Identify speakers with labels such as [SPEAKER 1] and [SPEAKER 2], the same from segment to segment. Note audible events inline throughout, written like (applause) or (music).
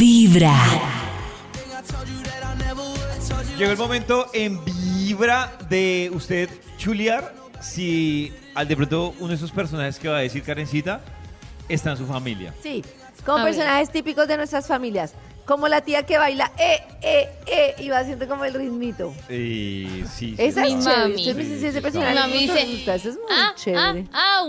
[SPEAKER 1] Vibra.
[SPEAKER 2] Llegó el momento en vibra de usted chulear si al de pronto uno de esos personajes que va a decir Karencita está en su familia.
[SPEAKER 3] Sí, como
[SPEAKER 4] A ver.
[SPEAKER 3] personajes típicos de nuestras familias. Como la tía que baila, eh, eh, eh, y va haciendo como el ritmito.
[SPEAKER 2] Eh, sí, sí,
[SPEAKER 3] Esa
[SPEAKER 4] Mi
[SPEAKER 3] es
[SPEAKER 2] está.
[SPEAKER 3] chévere.
[SPEAKER 4] mami.
[SPEAKER 3] Usted me dice, "Sí, ese
[SPEAKER 2] Sí,
[SPEAKER 3] personaje
[SPEAKER 4] claro.
[SPEAKER 3] me
[SPEAKER 4] Mi mami dice,
[SPEAKER 3] gusta, eso es muy
[SPEAKER 4] ¡Ah, ah,
[SPEAKER 3] chévere.
[SPEAKER 4] ah,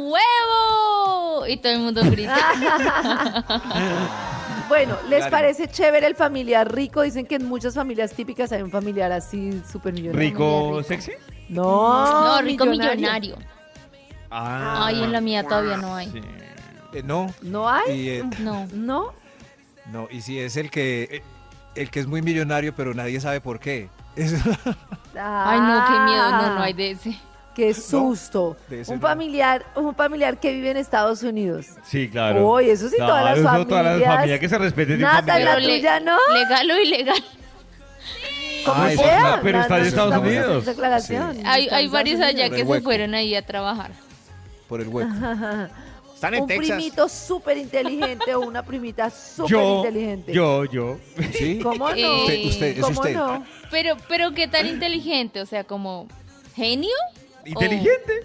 [SPEAKER 4] huevo! Y todo el mundo
[SPEAKER 3] (laughs)
[SPEAKER 4] grita. ah".
[SPEAKER 3] Bueno, ¿les
[SPEAKER 2] Claro.
[SPEAKER 3] parece chévere el familiar rico? Dicen que en muchas familias típicas hay un familiar así súper millonario.
[SPEAKER 2] ¿Rico sexy?
[SPEAKER 3] No,
[SPEAKER 4] no, rico millonario.
[SPEAKER 2] Ah,
[SPEAKER 4] Ay, en la mía todavía no hay.
[SPEAKER 2] sí.
[SPEAKER 5] Eh, no,
[SPEAKER 3] ¿No hay?
[SPEAKER 5] y, eh,
[SPEAKER 4] No.
[SPEAKER 3] ¿No?
[SPEAKER 5] no, y si es el que, eh, el que es muy millonario, pero nadie sabe por qué. Es- (laughs)
[SPEAKER 4] Ay, no, qué miedo. No, no hay
[SPEAKER 3] Ah,
[SPEAKER 4] de ese.
[SPEAKER 3] Qué susto.
[SPEAKER 5] de ese
[SPEAKER 3] un
[SPEAKER 5] no.
[SPEAKER 3] familiar, un familiar que vive en Estados Unidos.
[SPEAKER 2] Sí, claro.
[SPEAKER 3] Uy, eso sí, todas las
[SPEAKER 2] Claro, eso todas las
[SPEAKER 3] familias.
[SPEAKER 2] familias que se respeten. tienen
[SPEAKER 3] Nada,
[SPEAKER 2] familia.
[SPEAKER 3] la tuya no.
[SPEAKER 4] Legal o ilegal.
[SPEAKER 3] Como
[SPEAKER 5] Ah,
[SPEAKER 2] eso
[SPEAKER 3] sea,
[SPEAKER 2] está- pero
[SPEAKER 3] no,
[SPEAKER 2] está en
[SPEAKER 3] no,
[SPEAKER 2] Estados
[SPEAKER 3] estamos haciendo
[SPEAKER 2] Unidos.
[SPEAKER 3] declaración.
[SPEAKER 4] Hay,
[SPEAKER 3] Está en
[SPEAKER 4] hay varios
[SPEAKER 3] Estados
[SPEAKER 4] allá
[SPEAKER 3] Unidos.
[SPEAKER 4] que
[SPEAKER 5] Del
[SPEAKER 4] se
[SPEAKER 5] hueco.
[SPEAKER 4] fueron ahí a trabajar.
[SPEAKER 5] por el hueco. Están
[SPEAKER 3] un primito súper inteligente o una primita súper
[SPEAKER 2] Yo,
[SPEAKER 3] inteligente.
[SPEAKER 2] yo, yo.
[SPEAKER 5] Sí.
[SPEAKER 4] (laughs)
[SPEAKER 3] ¿Cómo no?
[SPEAKER 4] Eh, Usted-
[SPEAKER 5] usted, es
[SPEAKER 3] ¿Cómo
[SPEAKER 5] usted.
[SPEAKER 3] no?
[SPEAKER 2] Ah,
[SPEAKER 4] Pero, pero qué tan inteligente, o sea, como genio.
[SPEAKER 2] Inteligente.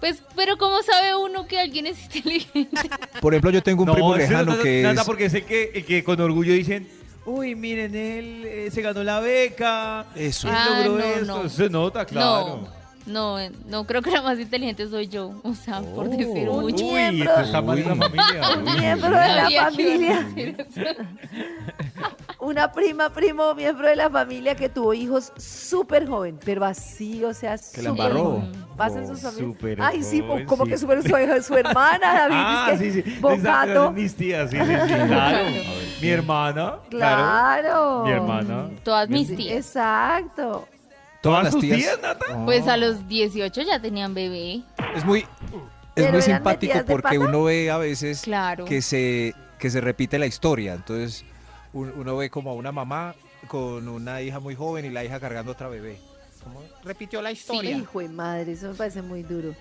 [SPEAKER 4] Pues, pero ¿cómo sabe uno que alguien es (laughs) inteligente?
[SPEAKER 5] Por ejemplo, yo tengo un primo
[SPEAKER 2] eso
[SPEAKER 5] lejano
[SPEAKER 2] no-
[SPEAKER 5] que
[SPEAKER 2] nada,
[SPEAKER 5] es...
[SPEAKER 2] porque es el que, el que con orgullo dicen, uy, miren, él eh, se ganó la beca.
[SPEAKER 5] Eso.
[SPEAKER 2] él
[SPEAKER 4] Ah,
[SPEAKER 2] logró
[SPEAKER 4] no,
[SPEAKER 2] esto".
[SPEAKER 4] no.
[SPEAKER 2] Se nota, claro.
[SPEAKER 4] No, no, eh, no creo que la más inteligente soy yo, o sea, por decir
[SPEAKER 2] Oh, Uy,
[SPEAKER 4] mucho.
[SPEAKER 3] miembro.
[SPEAKER 2] esto está mal en la
[SPEAKER 5] Uy.
[SPEAKER 2] familia.
[SPEAKER 3] Un
[SPEAKER 2] Uy.
[SPEAKER 3] miembro de la
[SPEAKER 4] Sabía que iba a
[SPEAKER 3] familia,
[SPEAKER 4] decir eso.
[SPEAKER 3] una prima, primo, miembro de la familia que tuvo hijos súper joven, pero así, o sea,
[SPEAKER 5] Que la
[SPEAKER 3] súper
[SPEAKER 5] embarró.
[SPEAKER 3] joven. Pasan sus
[SPEAKER 2] Oh,
[SPEAKER 3] familias.
[SPEAKER 2] súper
[SPEAKER 3] Ay, sí, po-
[SPEAKER 2] joven,
[SPEAKER 3] como
[SPEAKER 2] sí.
[SPEAKER 3] que súper su,
[SPEAKER 2] (laughs)
[SPEAKER 3] su hermana, David,
[SPEAKER 2] Ah,
[SPEAKER 3] es que
[SPEAKER 2] sí, sí. Exacto,
[SPEAKER 3] bocato.
[SPEAKER 2] Mis tías, sí, sí, sí, Claro. Mi hermana. Claro.
[SPEAKER 3] Claro.
[SPEAKER 2] Mi hermana.
[SPEAKER 4] Todas
[SPEAKER 2] Mi-
[SPEAKER 4] mis tías.
[SPEAKER 3] Exacto.
[SPEAKER 2] ¿Todas
[SPEAKER 5] Todas
[SPEAKER 2] sus
[SPEAKER 5] las tías.
[SPEAKER 2] tías, Nata?
[SPEAKER 4] Pues ah, a los 18 ya tenían bebé.
[SPEAKER 5] Es muy,
[SPEAKER 3] ¿Pero
[SPEAKER 5] es muy
[SPEAKER 3] eran
[SPEAKER 5] simpático
[SPEAKER 3] metidas de
[SPEAKER 5] porque
[SPEAKER 3] pata?
[SPEAKER 5] uno ve a veces
[SPEAKER 4] Claro.
[SPEAKER 5] que, se, que se repite la historia. Entonces, un- uno ve como a una mamá con una hija muy joven y la hija cargando otra bebé. Como repitió la historia.
[SPEAKER 3] Hijo de madre, eso me parece muy duro.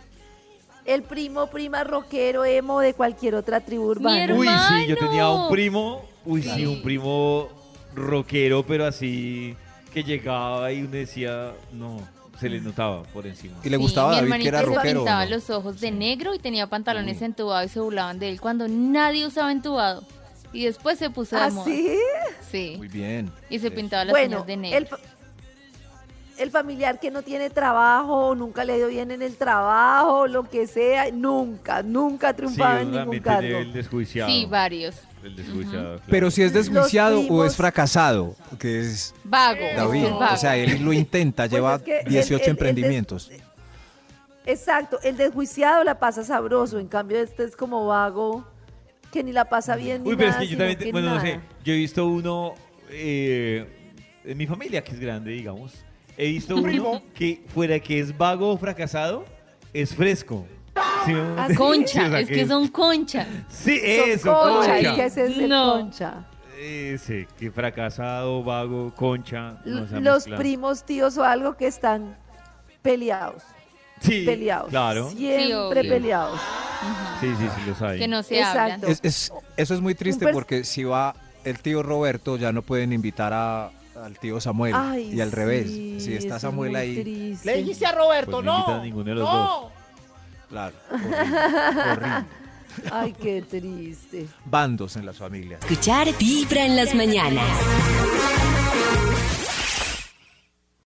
[SPEAKER 3] El primo, prima, rockero, emo de cualquier otra tribu urbana.
[SPEAKER 4] hermano.
[SPEAKER 2] Uy, sí, yo
[SPEAKER 4] Hermano.
[SPEAKER 2] tenía un primo. Uy, sí,
[SPEAKER 4] Claro.
[SPEAKER 2] un primo rockero, pero así que llegaba y uno decía, no, se le notaba por encima.
[SPEAKER 5] Y le
[SPEAKER 4] Sí,
[SPEAKER 5] gustaba
[SPEAKER 4] mi
[SPEAKER 5] a David que
[SPEAKER 4] hermanito
[SPEAKER 5] era
[SPEAKER 4] se
[SPEAKER 5] rockero.
[SPEAKER 4] pintaba
[SPEAKER 5] ¿no? Mm.
[SPEAKER 4] los ojos de negro y tenía pantalones entubados y se burlaban de él cuando nadie usaba entubado. Y después se puso de moda.
[SPEAKER 3] ¿Así?
[SPEAKER 4] Sí.
[SPEAKER 5] Muy bien.
[SPEAKER 4] Y se pintaba las
[SPEAKER 3] ¿ah, Bueno,
[SPEAKER 4] uñas de negro.
[SPEAKER 3] el, fa- el familiar que no tiene trabajo, nunca le ha ido bien en el trabajo, lo que sea, nunca, nunca ha
[SPEAKER 2] Sí,
[SPEAKER 3] triunfado en
[SPEAKER 2] uno
[SPEAKER 3] ningún
[SPEAKER 2] también
[SPEAKER 3] cargo.
[SPEAKER 2] tenía el desjuiciado.
[SPEAKER 4] Sí, varios.
[SPEAKER 2] El desjuiciado, claro.
[SPEAKER 5] Pero si es desjuiciado
[SPEAKER 3] Los
[SPEAKER 5] o es
[SPEAKER 3] primos-
[SPEAKER 5] fracasado, que es
[SPEAKER 4] Vago. es
[SPEAKER 5] David.
[SPEAKER 4] que es vago.
[SPEAKER 5] O sea, él lo
[SPEAKER 3] (laughs)
[SPEAKER 5] intenta,
[SPEAKER 3] Pues
[SPEAKER 5] lleva
[SPEAKER 3] es que él-
[SPEAKER 5] 18
[SPEAKER 3] él- él des-
[SPEAKER 5] emprendimientos.
[SPEAKER 3] Exacto, el desjuiciado la pasa sabroso, en cambio este es como vago, que ni la pasa bien ni
[SPEAKER 2] Uy, pero es
[SPEAKER 3] nada,
[SPEAKER 2] que yo
[SPEAKER 3] sino
[SPEAKER 2] también, te-
[SPEAKER 3] que
[SPEAKER 2] bueno, no sé,
[SPEAKER 3] nada.
[SPEAKER 2] yo he visto uno eh, en mi familia, que es grande, digamos, he visto uno que fuera que es vago o frasado, es fresco. ¿Sí? (laughs)
[SPEAKER 3] Ah,
[SPEAKER 2] Sí,
[SPEAKER 5] (laughs)
[SPEAKER 4] Concha.
[SPEAKER 2] o sea
[SPEAKER 4] es que son conchas.
[SPEAKER 2] Sí,
[SPEAKER 3] Son
[SPEAKER 2] eso,
[SPEAKER 3] concha,
[SPEAKER 2] concha.
[SPEAKER 3] es que ese es el
[SPEAKER 4] No.
[SPEAKER 3] concha.
[SPEAKER 2] Ese, que fracasado, vago, concha. no se ha
[SPEAKER 3] los
[SPEAKER 2] mezclado.
[SPEAKER 3] primos, tíos o algo que están peleados,
[SPEAKER 2] sí,
[SPEAKER 3] peleados,
[SPEAKER 2] Claro. Sí,
[SPEAKER 3] siempre
[SPEAKER 4] obvio.
[SPEAKER 3] peleados.
[SPEAKER 2] sí, sí, los hay.
[SPEAKER 4] Que no se
[SPEAKER 3] Exacto.
[SPEAKER 4] hablan.
[SPEAKER 5] Es- es- eso es muy triste
[SPEAKER 3] pers-
[SPEAKER 5] porque si va el tío Roberto, ya no pueden invitar a- al tío Samuel.
[SPEAKER 3] Ay,
[SPEAKER 5] y al revés,
[SPEAKER 3] sí,
[SPEAKER 5] si
[SPEAKER 3] eso
[SPEAKER 5] está
[SPEAKER 3] es
[SPEAKER 5] Samuel
[SPEAKER 3] muy
[SPEAKER 5] ahí,
[SPEAKER 3] triste.
[SPEAKER 6] Le dijiste a Roberto,
[SPEAKER 2] Pues no invitan
[SPEAKER 6] no.
[SPEAKER 2] a ninguno de los
[SPEAKER 6] no.
[SPEAKER 2] dos.
[SPEAKER 5] claro,
[SPEAKER 3] (laughs)
[SPEAKER 5] horrible, horrible.
[SPEAKER 3] Ay, qué triste.
[SPEAKER 5] bandos en las familias.
[SPEAKER 1] Escuchar Vibra en las mañanas.